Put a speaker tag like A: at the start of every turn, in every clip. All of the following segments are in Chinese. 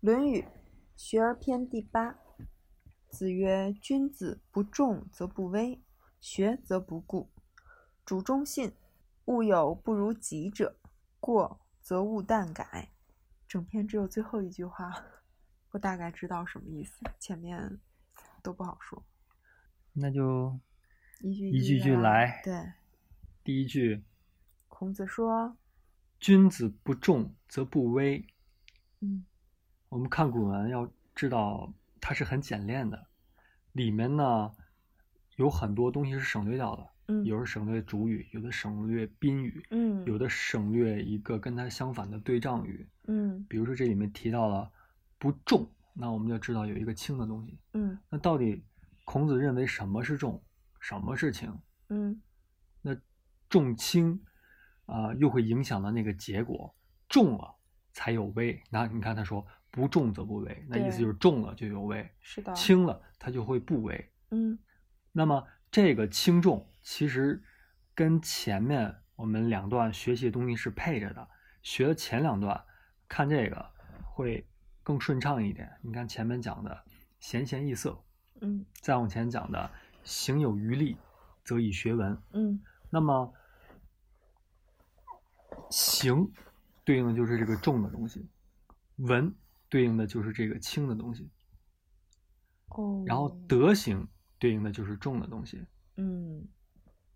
A: 论语·学而篇第八。子曰：“君子不重则不威，学则不固。主忠信，物有不如己者，过则勿惮改。”整篇只有最后一句话，我大概知道什么意思，前面都不好说。
B: 那就
A: 一句啊
B: 一句句来
A: 对，
B: 第一句：
A: 孔子说
B: 君子不重则不威。：“
A: 嗯，
B: 我们看古文要知道它是很简练的，里面呢有很多东西是省略掉的，
A: 嗯，
B: 有的省略主语，有的省略宾语，
A: 嗯，
B: 有的省略一个跟它相反的对仗语。
A: 嗯
B: 比如说这里面提到了不重，那我们就知道有一个轻的东西。
A: 嗯
B: 那到底孔子认为什么是重，什么是轻？
A: 嗯
B: 那重轻啊、又会影响到那个结果，重了才有威。那你看他说不重则不威，那意
A: 对
B: 思
A: 嗯
B: 就是重了就有威，
A: 是的，
B: 轻了它就会不威。
A: 嗯
B: 那么这个轻重其实跟前面我们两段学习的东西是配着的，学的前两段看这个会更顺畅一点。你看前面讲的闲闲易色，
A: 嗯
B: 再往前讲的行有余力，则以学文。
A: 嗯
B: 那么行对应的就是这个重的东西，文对应的就是这个轻的东西，
A: 哦，
B: 然后德行对应的就是重的东西。
A: 嗯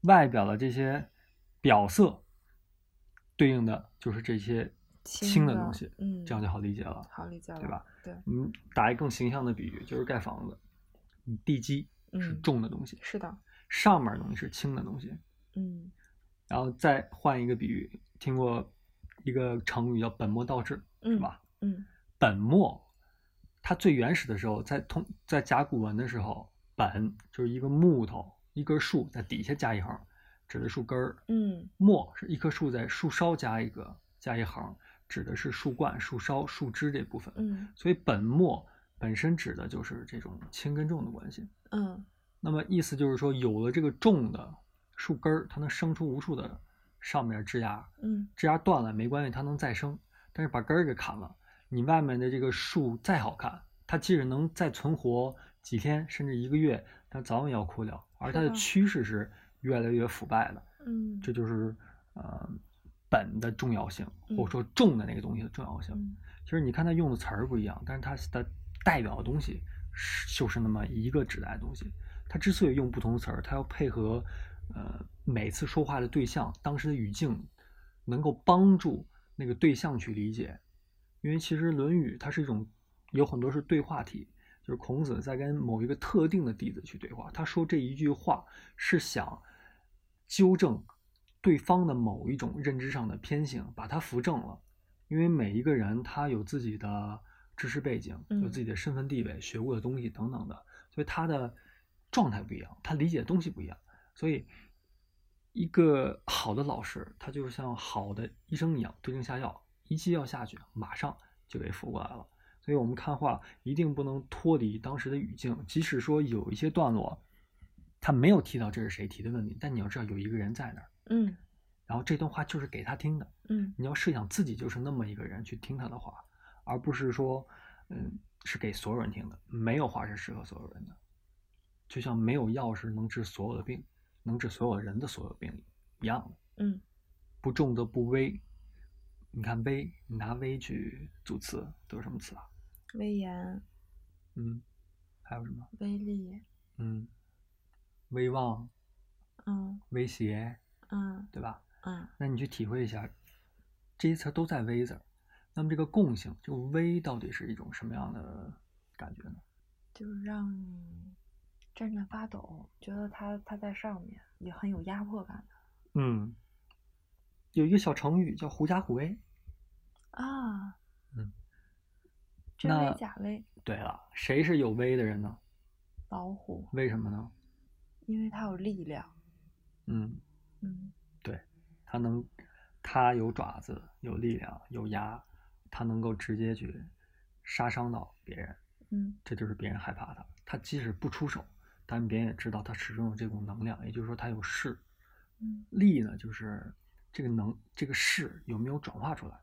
B: 外表的这些表色，对应的就是这些轻的东西，
A: 嗯，
B: 这样就好理解了。
A: 好理解了，
B: 对吧？
A: 对，
B: 嗯，打一更形象的比喻，就是盖房子，你地基是
A: 嗯
B: 重的东西，
A: 是的，
B: 上面儿的东西是轻的东西。
A: 嗯
B: 然后再换一个比喻，听过一个成语叫“本末倒置”，
A: 嗯，
B: 是吧？
A: 嗯
B: 本末，它最原始的时候，在通在甲骨文的时候，本就是一个木头，一根树，在底下加一横，指的树根儿。
A: 嗯
B: 末是一棵树在树梢加一个加一行，指的是树冠、树梢、树枝这部分。
A: 嗯
B: 所以本末本身指的就是这种轻跟重的关系。
A: 嗯
B: 那么意思就是说，有了这个重的树根儿，它能生出无数的上面的枝芽，
A: 嗯
B: 枝芽断了没关系，它能再生。但是把根儿给砍了，你外面的这个树再好看，它即使能再存活几天甚至一个月，它早晚要枯掉。而它
A: 是
B: 的
A: 的
B: 趋势是越来越腐败的。
A: 嗯，
B: 这就是呃本的重要性，
A: 嗯
B: 或者说重的那个东西的重要性。
A: 嗯
B: 其实你看它用的词儿不一样，但是它它代表的东西是就是那么一个指代的东西。它之所以用不同词儿，它要配合呃每次说话的对象、当时的语境，能够帮助那个对象去理解。因为其实《论语》它是一种有很多是对话体，就是孔子在跟某一个特定的弟子去对话，他说这一句话是想纠正对方的某一种认知上的偏性，把它扶正了。因为每一个人他有自己的知识背景，有
A: 嗯
B: 自己的身份地位、学过的东西等等的，所以他的状态不一样，他理解的东西不一样。所以，一个好的老师，他就是像好的医生一样，对症下药，一剂药下去，马上就给扶过来了。所以我们看话一定不能脱离当时的语境，即使说有一些段落，他没有提到这是谁提的问题，但你要知道有一个人在那儿，
A: 嗯
B: 然后这段话就是给他听的。
A: 嗯
B: 你要设想自己就是那么一个人去听他的话，而不是说，嗯，是给所有人听的。没有话是适合所有人的，就像没有药是能治所有的病，能治所有人的所有病一样的。
A: 嗯
B: 不重则不危。你看危，你拿危去组词都有什么词啊？
A: 威严
B: 嗯，还有什么？
A: 威力，
B: 嗯，威望、
A: 嗯
B: 威胁，
A: 嗯
B: 对吧？
A: 嗯
B: 那你去体会一下，这些词儿都在“微”字儿，那么这个共性，这个“微”到底是一种什么样的感觉呢？
A: 就是让你战战发抖，觉得他他在上面也很有压迫感的
B: 嗯，有一个小成语叫“狐假虎威
A: 啊，
B: 嗯，
A: 真
B: 那
A: 威假威，”。
B: 对了，谁是有威的人呢？
A: 老虎，
B: 为什么呢？
A: 因为它有力量，
B: 嗯，
A: 嗯
B: 它能，它有爪子，有力量，有牙，它能够直接去杀伤到别人，
A: 嗯
B: 这就是别人害怕它。它即使不出手，但别人也知道它始终有这种能量，也就是说它有势。
A: 嗯
B: 力呢，就是这个能这个势有没有转化出来，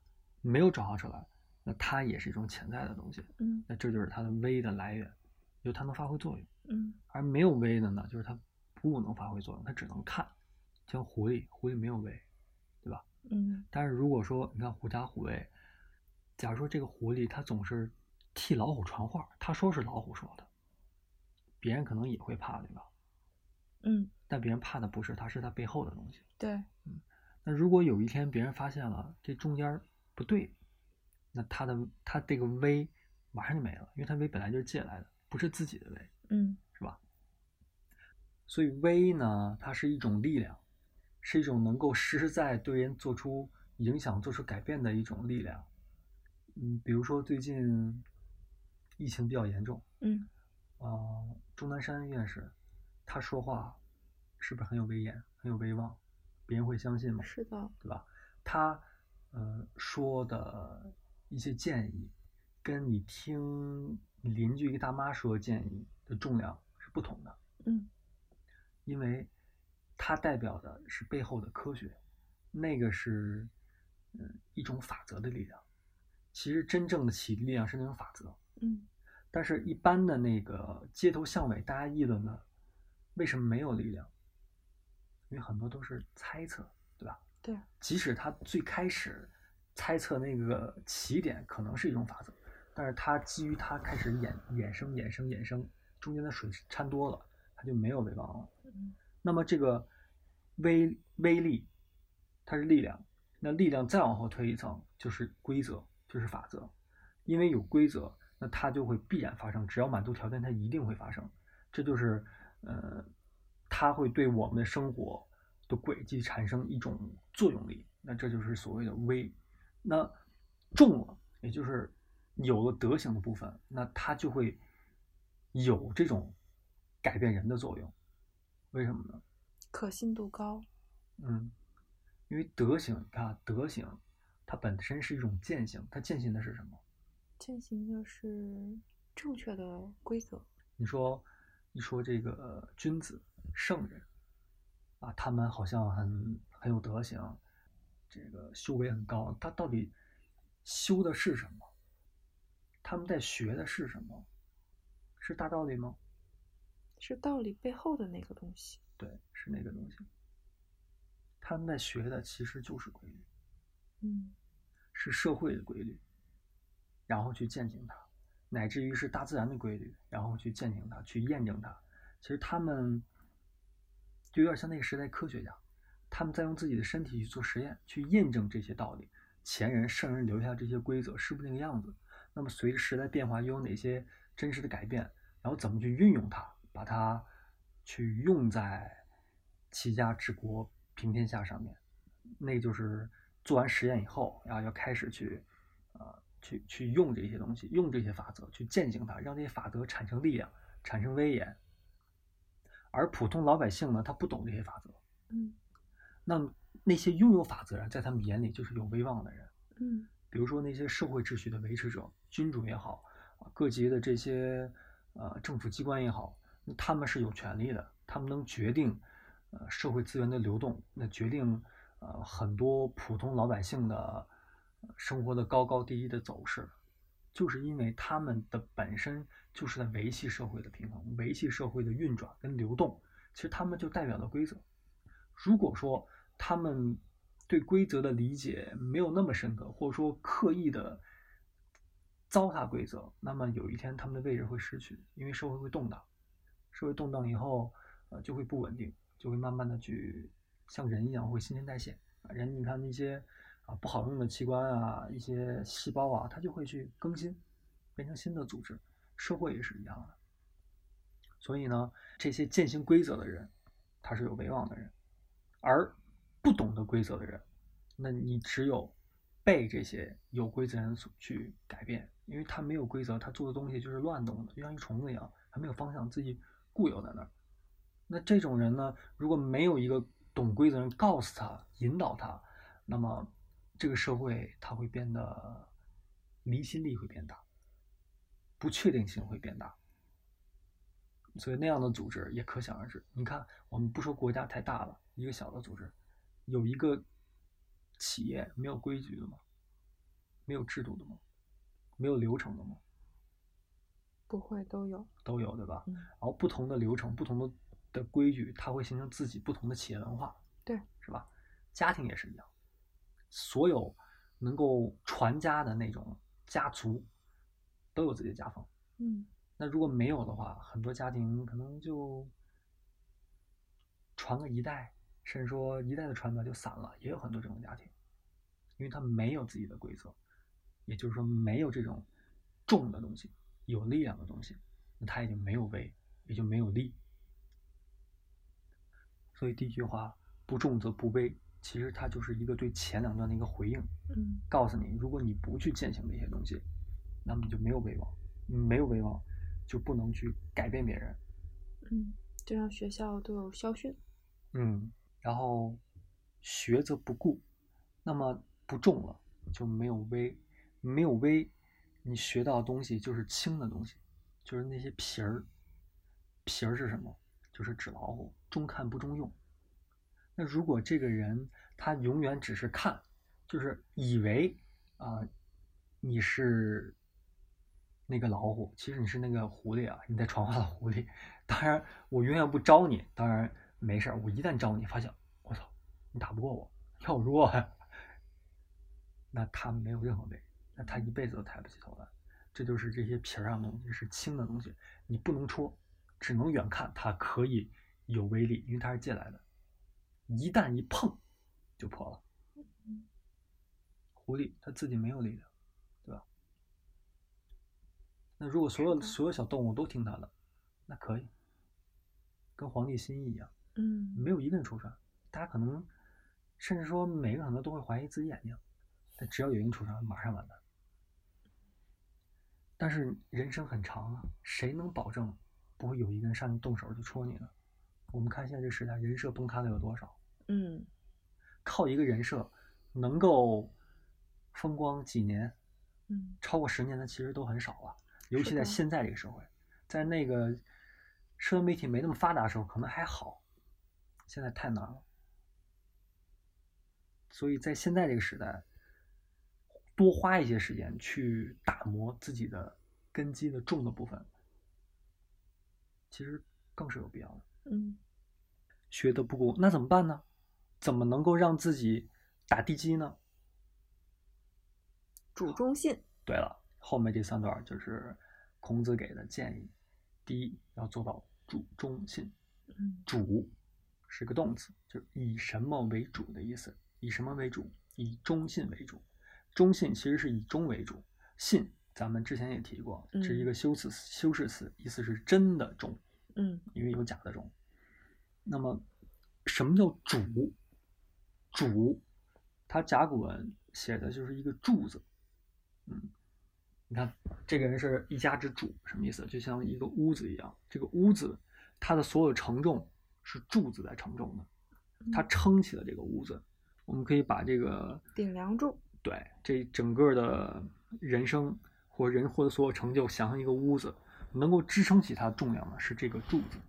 B: 没有转化出来，那它也是一种潜在的东西，
A: 嗯
B: 那这就是它的威的来源，由它能发挥作用。
A: 嗯
B: 而没有威的呢，就是它不能发挥作用，它只能看，就像狐狸，狐狸没有威，对吧？
A: 嗯
B: 但是如果说你看狐假虎威，假如说这个狐狸它总是替老虎传话，它说是老虎说的，别人可能也会怕，对吧？
A: 嗯，
B: 但别人怕的不是它，是它背后的东西。
A: 对，
B: 那如果有一天别人发现了这中间儿不对，那它的它这个威马上就没了，因为它威本来就是借来的，不是自己的威。
A: 嗯
B: 所以威呢，它是一种力量，是一种能够实实在在对人做出影响、做出改变的一种力量。嗯，比如说最近疫情比较严重，
A: 嗯
B: 啊、钟南山院士他说话是不是很有威严、很有威望？别人会相信吗？
A: 是的，
B: 对吧？他呃说的一些建议，跟你听你邻居一个大妈说的建议的重量是不同的。
A: 嗯
B: 因为它代表的是背后的科学，那个是嗯一种法则的力量。其实真正的起力量是那种法则，
A: 嗯
B: 但是一般的那个街头巷尾大家议论呢，为什么没有力量？因为很多都是猜测，对吧？
A: 对，
B: 即使他最开始猜测那个起点可能是一种法则，但是他基于它开始衍衍生、衍生、衍生，中间的水掺多了，他就没有为王了。
A: 嗯
B: 那么这个威威力，它是力量，那力量再往后推一层就是规则，就是法则，因为有规则，那它就会必然发生，只要满足条件，它一定会发生。这就是呃，它会对我们的生活的轨迹产生一种作用力，那这就是所谓的威。那重了，也就是有了德行的部分，那它就会有这种改变人的作用。为什么呢？
A: 可信度高，
B: 嗯，因为德行，你看啊德行，它本身是一种践行，它践行的是什么？
A: 践行的是正确的规则。
B: 你说，你说这个君子、圣人啊，他们好像很很有德行，这个修为很高，他到底修的是什么？他们在学的是什么？是大道理吗？
A: 是道理背后的那个东西。
B: 对，是那个东西。他们在学的其实就是规律。
A: 嗯
B: 是社会的规律，然后去践行它，乃至于是大自然的规律，然后去践行它，去验证它。其实他们就有点像那个时代科学家，他们在用自己的身体去做实验，去验证这些道理，前人圣人留下这些规则是不是那个样子？那么随着时代变化，又有哪些真实的改变？然后怎么去运用它，把它去用在齐家治国平天下上面？那就是做完实验以后，然后要开始去，呃，去去用这些东西，用这些法则去践行它，让这些法则产生力量，产生威严。而普通老百姓呢，他不懂这些法则，
A: 嗯
B: 那么那些拥有法则的人，在他们眼里就是有威望的人，
A: 嗯
B: 比如说那些社会秩序的维持者，君主也好，啊各级的这些呃政府机关也好，那他们是有权利的，他们能决定呃社会资源的流动，那决定呃很多普通老百姓的呃生活的高高低低的走势，就是因为他们的本身就是在维系社会的平衡，维系社会的运转跟流动，其实他们就代表了规则。如果说他们对规则的理解没有那么深刻，或者说刻意的糟蹋规则，那么有一天他们的位置会失去，因为社会会动荡，社会动荡以后，呃，就会不稳定，就会慢慢的去像人一样会新陈代谢。啊人你看那些啊不好用的器官啊，一些细胞啊，它就会去更新，变成新的组织。社会也是一样的。所以呢，这些践行规则的人，他是有威望的人，而不懂得规则的人，那你只有被这些有规则人所去改变，因为他没有规则，他做的东西就是乱动的，就像一虫子一样，他没有方向，自己固有在那儿。那这种人呢，如果没有一个懂规则的人告诉他、引导他，那么这个社会它会变得离心力会变大，不确定性会变大。所以那样的组织也可想而知。你看，我们不说国家太大了，一个小的组织，有一个企业没有规矩的吗？没有制度的吗？没有流程的吗？
A: 不会都有。
B: 都有对吧？
A: 嗯
B: 然后不同的流程、不同的的规矩，它会形成自己不同的企业文化，
A: 对，
B: 是吧？家庭也是一样，所有能够传家的那种家族都有自己的家风。
A: 嗯
B: 那如果没有的话，很多家庭可能就传个一代，甚至说一代的传承就散了，也有很多这种家庭，因为他没有自己的规则，也就是说没有这种重的东西，有力量的东西，那他也就没有威，也就没有力。所以第一句话“不重则不威”，其实它就是一个对前两段的一个回应。
A: 嗯
B: 告诉你，如果你不去践行这些东西，那么你就没有威望，没有威望就不能去改变别人。
A: 嗯，就像学校都有校训。
B: 嗯，然后学则不固，那么不重了就没有威，没有威，你学到的东西就是轻的东西，就是那些皮儿。皮儿是什么？就是纸老虎，中看不中用。那如果这个人他永远只是看，就是以为啊、你是那个老虎，其实你是那个狐狸啊，你在传话的狐狸。当然，我永远不招你，当然没事儿。我一旦招你，发现我操，你打不过我，你好弱呀、那他没有任何威，那他一辈子都抬不起头来。这就是这些皮儿上的东西是轻的东西，你不能戳，只能远看，它可以有威力，因为它是借来的。一旦一碰，就破了。狐狸它自己没有力量，对吧？那如果所有
A: 是的
B: 所有小动物都听它的，那可以，跟皇帝心意一样，
A: 嗯
B: 没有一个人出事儿。大家可能甚至说每个人可能都会怀疑自己眼睛，但只要有一个人出事儿，马上完蛋。但是人生很长啊，谁能保证不会有一个人上去动手去戳你呢？我们看现在这时代，人设崩塌的有多少？
A: 嗯
B: 靠一个人设能够风光几年，
A: 嗯
B: 超过十年的其实都很少了，尤
A: 是
B: 其在
A: 的
B: 现在这个社会，在那个社交媒体没那么发达的时候，可能还好，现在太难了。所以在现在这个时代，多花一些时间去打磨自己的根基的重的部分，其实更是有必要的。
A: 嗯
B: 学得不够，那怎么办呢？怎么能够让自己打地基呢？
A: 主中信。
B: 对了，后面这三段就是孔子给的建议。第一，要做到主中信。
A: 嗯
B: 主是个动词，就是以什么为主的意思。以什么为主？以忠信为主。忠信其实是以忠为主，信咱们之前也提过，这是一
A: 嗯
B: 个修辞修饰词，意思是真的忠。
A: 嗯
B: 因为有假的种。那么，什么叫主？主，它甲骨文写的就是一个柱字。嗯，你看，这个人是一家之主，什么意思？就像一个屋子一样，这个屋子它的所有承重是柱子在承重的，它
A: 嗯
B: 撑起了这个屋子。我们可以把这个
A: 顶梁柱。
B: 对，这整个的人生或人或者所有成就，想象一个屋子，能够支撑起它重量的是这个柱子，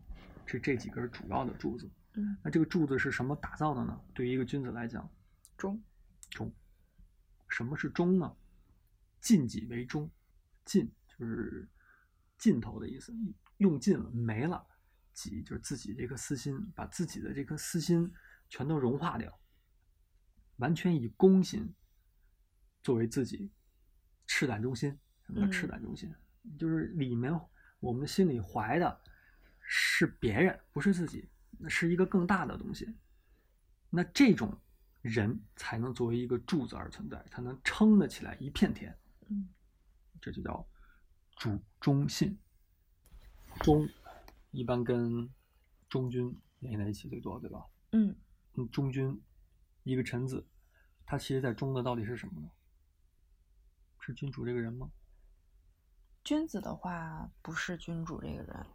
B: 是这几根主要的柱子。
A: 嗯
B: 那这个柱子是什么打造的呢？对于一个君子来讲，
A: 中。
B: 忠。什么是忠呢？尽己为忠，尽就是尽头的意思，用尽了，没了，己就是自己这颗私心，把自己的这颗私心全都融化掉，完全以公心作为自己赤胆忠心。什么叫赤
A: 嗯
B: 胆忠心？就是里面我们心里怀的是别人，不是自己，那是一个更大的东西。那这种人才能作为一个柱子而存在，才能撑得起来一片天。
A: 嗯
B: 这就叫主忠信。忠一般跟忠君联系在一起最多，对吧？
A: 嗯
B: 嗯，忠君一个臣子，他其实在忠的到底是什么呢？是君主这个人吗？
A: 君子的话不是君主这个人，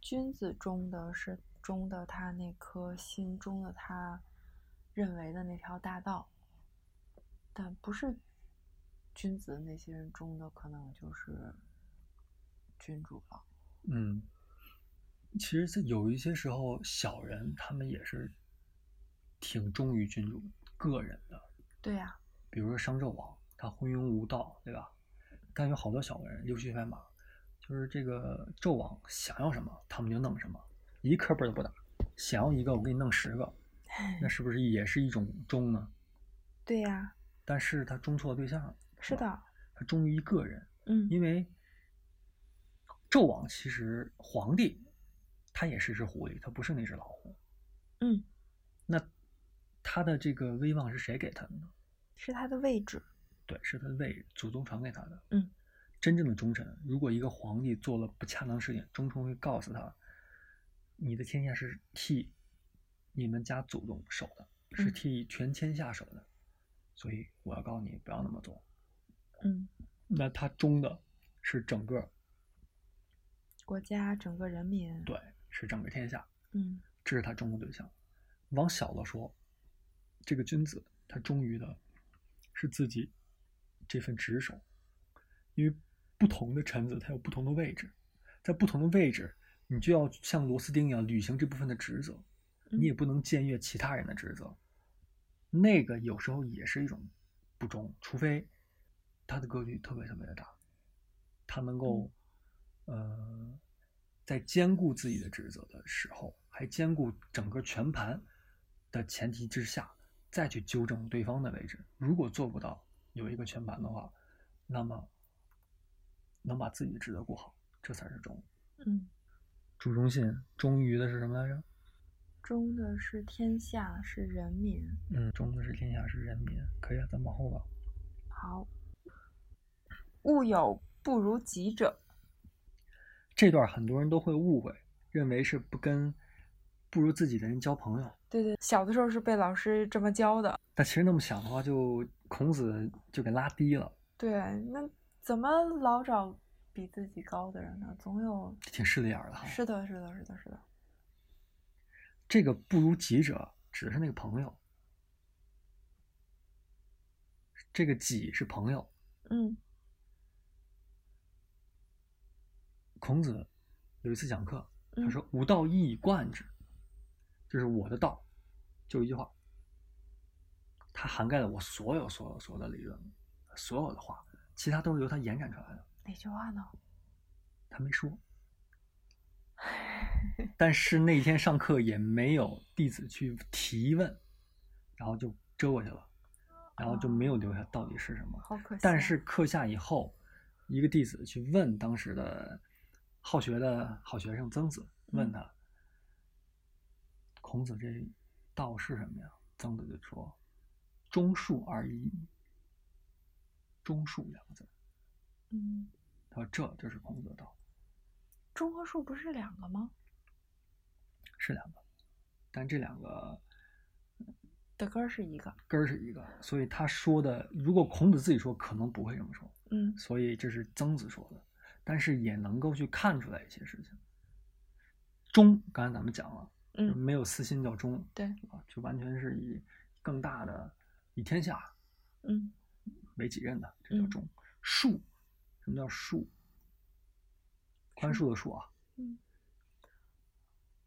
A: 君子中的是中的他那颗心中的他认为的那条大道，但不是君子的那些人中的可能就是君主了。
B: 嗯，其实，在有一些时候，小人他们也是挺忠于君主个人的，
A: 对呀、
B: 比如说商纣王，他昏庸无道，对吧？但有好多小人溜须拍马，就是这个纣王想要什么，他们就弄什么，一个磕巴都不打。想要一个，我给你弄十个，那是不是也是一种忠呢？
A: 对呀、
B: 但是他忠错对象了，
A: 是
B: 吧，
A: 的，
B: 他忠于一个人，
A: 嗯
B: 因为纣王其实皇帝他也是只狐狸，他不是那只老虎。
A: 嗯，
B: 那他的这个威望是谁给他的呢？
A: 是他的位置，
B: 对，是他的位祖宗传给他的。
A: 嗯，
B: 真正的忠臣，如果一个皇帝做了不恰当事情，忠臣会告诉他，你的天下是替你们家祖宗守的，是
A: 嗯
B: 替全天下守的，所以我要告诉你不要那么做。
A: 嗯，
B: 那他忠的是整个
A: 国家整个人民，
B: 对，是整个天下。
A: 嗯
B: 这是他忠的对象。往小了说，这个君子他忠于的是自己这份职守，因为不同的臣子他有不同的位置，在不同的位置，你就要像螺丝钉一样履行这部分的职责，
A: 嗯
B: 你也不能僭越其他人的职责。那个有时候也是一种不忠，除非他的格局特别特别的大，他能够、呃，在兼顾自己的职责的时候，还兼顾整个全盘的前提之下，再去纠正对方的位置。如果做不到有一个全盘的话，那么能把自己的职责顾好，这才是忠。
A: 嗯，
B: 朱忠信忠于的是什么来着？
A: 忠的是天下，是人民。
B: 嗯，忠的是天下是人民。可以啊，咱往后吧。
A: 好，物有不如己者，
B: 这段很多人都会误会，认为是不跟不如自己的人交朋友。
A: 对对，小的时候是被老师这么教的。
B: 但其实那么想的话就，孔子就给拉低了，
A: 对，那怎么老找比自己高的人呢？总有。
B: 挺势利眼儿的哈。
A: 是的，是的，是的，是的。
B: 这个不如己者指的是那个朋友，这个己是朋友。
A: 嗯
B: 孔子有一次讲课，他
A: 嗯
B: 说：“吾道一以贯之，就是我的道，就一句话，它涵盖了我所有、所有、所有的理论，所有的话，其他都是由他延展出来的。
A: 哪句话呢？
B: 他没说，但是那天上课也没有弟子去提问，然后就遮过去了，然后就没有留下到底是什么。
A: 好可惜啊。
B: 但是课下以后，一个弟子去问当时的好学的好学生曾子，问
A: 嗯
B: 他：“孔子这道是什么呀？”曾子就说：“忠恕而已矣。”忠恕两个字，
A: 嗯，
B: 他说这就是孔子的道，
A: 中和术不是两个吗？
B: 是两个，但这两个
A: 的根儿是一个。
B: 根儿是一个，所以他说的，如果孔子自己说，可能不会这么说，
A: 嗯
B: 所以这是曾子说的，但是也能够去看出来一些事情。忠，刚才咱们讲了，
A: 嗯，
B: 没有私心叫忠
A: 对，
B: 啊，就完全是以更大的以天下
A: 嗯
B: 为己任的，这叫
A: 嗯
B: 忠。恕，什么叫恕？宽恕的恕啊，
A: 嗯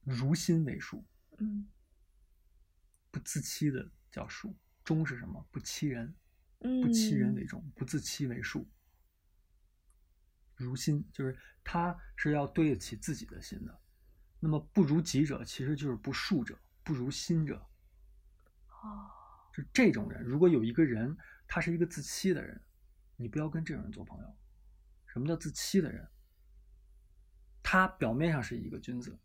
B: 如心为恕，
A: 嗯
B: 不自欺的叫恕。忠是什么？不欺人，
A: 嗯，
B: 不欺人为忠，不自欺为术。如心就是他是要对得起自己的心的，那么不如己者其实就是不术者，不如心者。
A: 哦，
B: 就这种人，如果有一个人他是一个自欺的人，你不要跟这种人做朋友。什么叫自欺的人？他表面上是一个君子，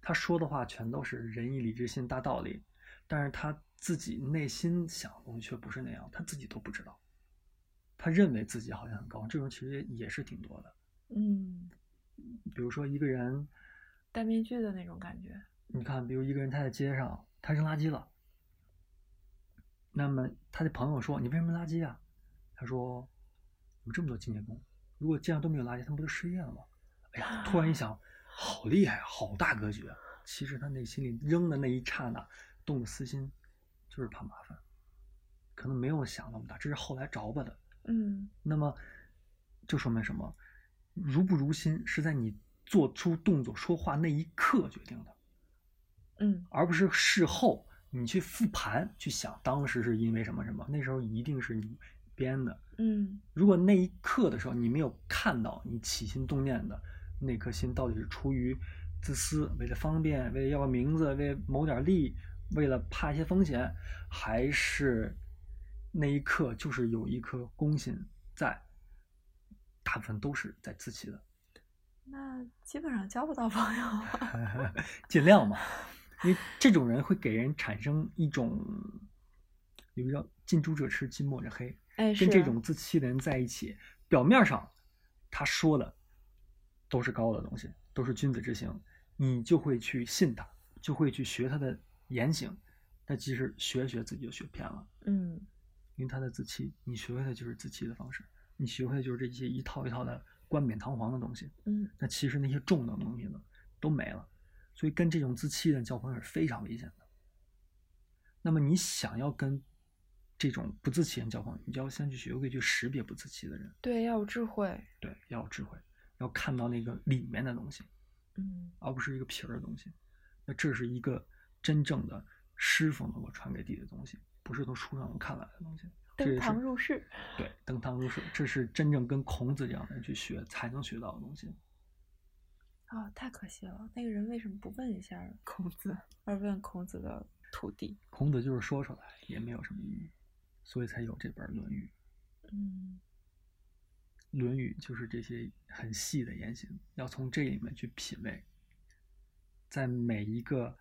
B: 他说的话全都是仁义礼智信大道理，但是他自己内心想的东西却不是那样，他自己都不知道。他认为自己好像很高，这种其实也是挺多的。
A: 嗯，
B: 比如说一个人，
A: 戴面具的那种感觉。
B: 你看，比如一个人他在街上他扔垃圾了，那么他的朋友说：“你为什么扔垃圾啊？”他说：“有这么多清洁工，如果街上都没有垃圾，他们不就失业了吗？”哎呀，突然一想，好厉害，好大格局啊！其实他内心里扔的那一刹那，动的私心，就是怕麻烦，可能没有想那么大，这是后来着吧的。
A: 嗯
B: 那么就说明什么？如不如心是在你做出动作、说话那一刻决定的。
A: 嗯
B: 而不是事后你去复盘去想当时是因为什么什么，那时候一定是你编的。
A: 嗯
B: 如果那一刻的时候你没有看到你起心动念的那颗心到底是出于自私，为了方便，为了要个名字，为了谋点利，为了怕一些风险，还是那一刻就是有一颗公心在，大部分都是在自己的。
A: 那基本上交不到朋友。
B: 尽量嘛，因为这种人会给人产生一种，有一个叫近朱者赤，近墨者黑。
A: 哎，
B: 跟这种自欺的人在一起，表面上他说的都是高的东西，都是君子之行，你就会去信他，就会去学他的言行。但其实学学自己就学偏了，
A: 嗯
B: 因为他的自欺，你学会的就是自欺的方式，你学会的就是这些一套一套的冠冕堂皇的东西。
A: 嗯
B: 那其实那些重的东西呢都没了，所以跟这种自欺的人交朋友是非常危险的。那么你想要跟这种不自欺人交朋友，你就要先去学会去识别不自欺的人，
A: 对，要有智慧。
B: 对，要有智慧，要看到那个里面的东西，
A: 嗯
B: 而不是一个皮儿的东西。那这是一个真正的师傅能够传给弟的东西，不是从书上看来的东西。这
A: 登
B: 也是
A: 堂入室。
B: 对，登堂入室，这是真正跟孔子这样的人去学才能学到的东西。
A: 啊、太可惜了！那个人为什么不问一下孔子，而问孔子的徒弟？
B: 孔子就是说出来也没有什么意义，所以才有这本《论语
A: 嗯》。
B: 《论语》就是这些很细的言行，要从这里面去品味，在每一个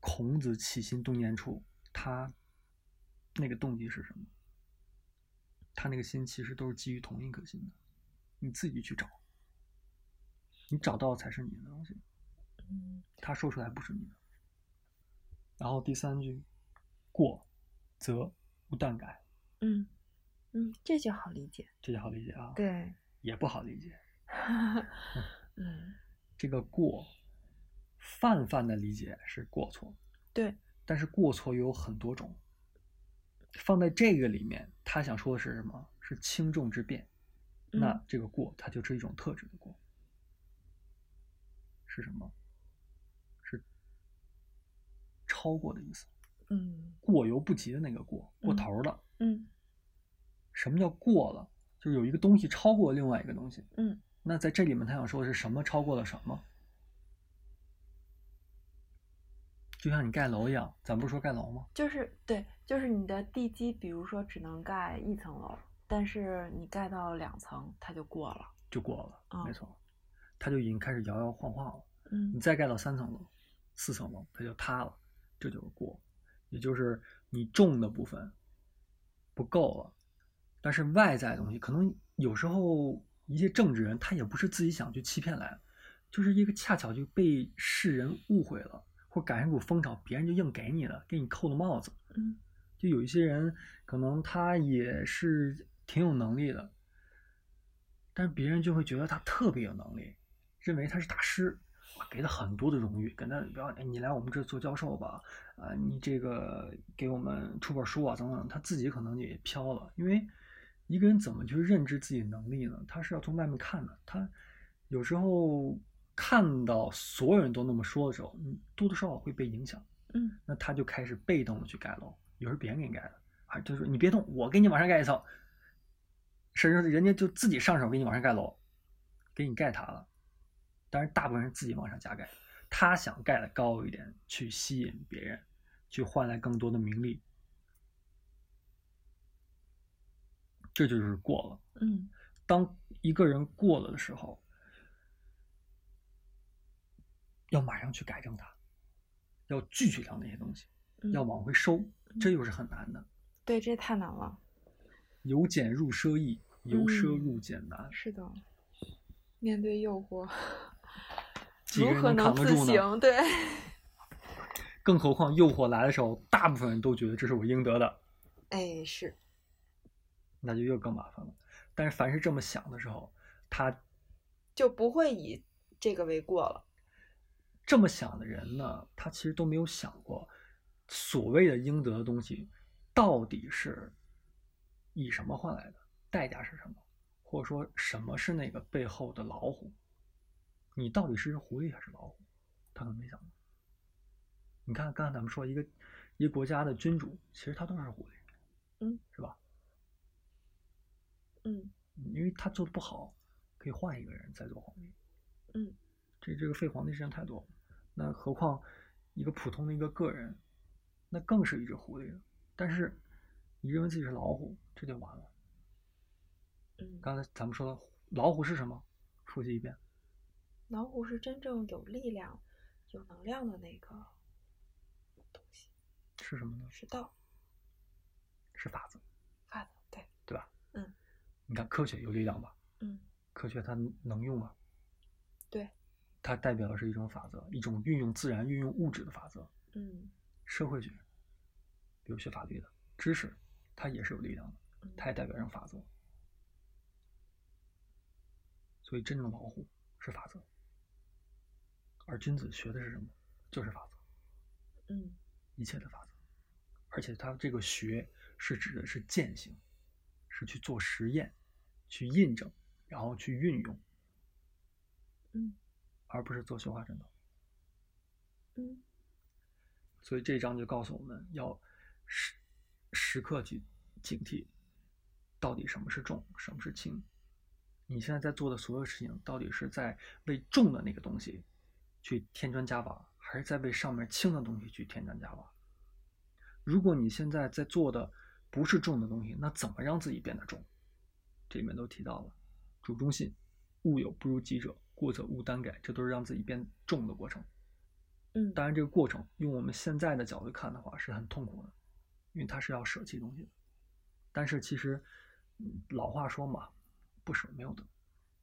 B: 孔子起心动念处，他那个动机是什么？他那个心其实都是基于同一颗心的，你自己去找，你找到才是你的东西。
A: 嗯
B: 他说出来不是你的。然后第三句，过，则无惮改。
A: 嗯嗯，这就好理解。
B: 这就好理解啊，
A: 对，
B: 也不好理解。
A: 嗯，
B: 这个过，泛泛的理解是过错，
A: 对，
B: 但是过错又有很多种。放在这个里面，他想说的是什么？是轻重之变。那
A: 嗯
B: 这个过，它就是一种特质的过，是什么？是超过的意思，
A: 嗯
B: 过犹不及的那个过，过
A: 嗯
B: 头了。
A: 嗯
B: 什么叫过了？就是有一个东西超过另外一个东西。
A: 嗯，
B: 那在这里面，他想说的是什么超过了什么？就像你盖楼一样，咱不是说盖楼吗？
A: 就是对，就是你的地基，比如说只能盖一层楼，但是你盖到两层，它就过了。
B: 就过了，
A: 啊
B: 没错，它就已经开始摇摇晃晃了。你
A: 嗯
B: 再盖到三层楼、四层楼，它就塌了，这就是过，也就是你重的部分不够了。但是外在的东西，可能有时候一些政治人他也不是自己想去欺骗来的，就是一个恰巧就被世人误会了，或赶上一股风潮，别人就硬给你了，给你扣了帽子。
A: 嗯
B: 就有一些人可能他也是挺有能力的，但是别人就会觉得他特别有能力，认为他是大师，哇给他很多的荣誉，给他不要哎你来我们这儿做教授吧，啊、你这个给我们出本书啊等等，他自己可能也飘了，因为一个人怎么去认知自己的能力呢？他是要从外面看的，他有时候看到所有人都那么说的时候，你多多少少会被影响。
A: 嗯
B: 那他就开始被动的去盖楼，有时候别人给你盖的，啊，就是你别动，我给你往上盖一层，甚至人家就自己上手给你往上盖楼，给你盖塌了。当然，大部分人自己往上加盖，他想盖的高一点，去吸引别人，去换来更多的名利，这就是过了。
A: 嗯
B: 当一个人过了的时候，要马上去改正它，要拒绝掉那些东西，
A: 嗯，
B: 要往回收，这又是很难的。
A: 对，这太难了。
B: 由俭入奢易，由奢入俭难。
A: 是的，面对诱惑，
B: 几个
A: 如
B: 人
A: 何
B: 能扛
A: 能
B: 得
A: 自
B: 住呢
A: 省？对，
B: 更何况诱惑来的时候，大部分人都觉得这是我应得的，
A: 哎，是。
B: 那就又更麻烦了。但是凡是这么想的时候，他
A: 就不会以这个为过了。
B: 这么想的人呢，他其实都没有想过，所谓的应得的东西，到底是以什么换来的，代价是什么，或者说什么是那个背后的老虎，你到底是只狐狸还是老虎，他可能没想过。你看，刚才咱们说一个一个国家的君主，其实他都是狐狸，
A: 嗯，
B: 是吧？
A: 嗯
B: 因为他做的不好，可以换一个人再做皇帝。
A: 嗯，
B: 这这个废皇帝事情太多了，那何况一个普通的一个个人，那更是一只狐狸了。但是你认为自己是老虎，这就完了。
A: 嗯，
B: 刚才咱们说的老虎是什么？复习一遍。
A: 老虎是真正有力量、有能量的那个东西，
B: 是什么呢？
A: 是道
B: 是法则，
A: 法则。对，
B: 对吧？
A: 嗯。
B: 你看科学有力量吧？
A: 嗯
B: 科学它能用吗？
A: 对。
B: 它代表的是一种法则，一种运用自然、运用物质的法则。
A: 嗯
B: 社会学，比如学法律的知识，它也是有力量的，
A: 嗯，
B: 它也代表着法则。所以，真正的老虎是法则，而君子学的是什么？就是法则，
A: 嗯
B: 一切的法则。而且，他这个学是指的是践行，是去做实验，去印证，然后去运用，
A: 嗯
B: 而不是做绣花针头。
A: 嗯
B: 所以这一章就告诉我们要时时刻去警惕，到底什么是重，什么是轻。你现在在做的所有事情，到底是在为重的那个东西去添砖加瓦，还是在为上面轻的东西去添砖加瓦？如果你现在在做的不是重的东西，那怎么让自己变得重？这里面都提到了主中信，物有不如己者，过则勿耽改，这都是让自己变重的过程。
A: 嗯，
B: 当然，这个过程用我们现在的角度看的话是很痛苦的，因为它是要舍弃东西的。但是其实，嗯老话说嘛，不舍没有得，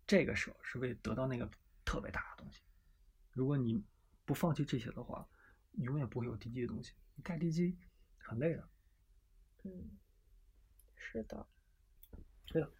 B: 这个舍是为得到那个特别大的东西。如果你不放弃这些的话，你永远不会有低级的东西。你盖地基很累的，
A: 嗯，是的，
B: 对的。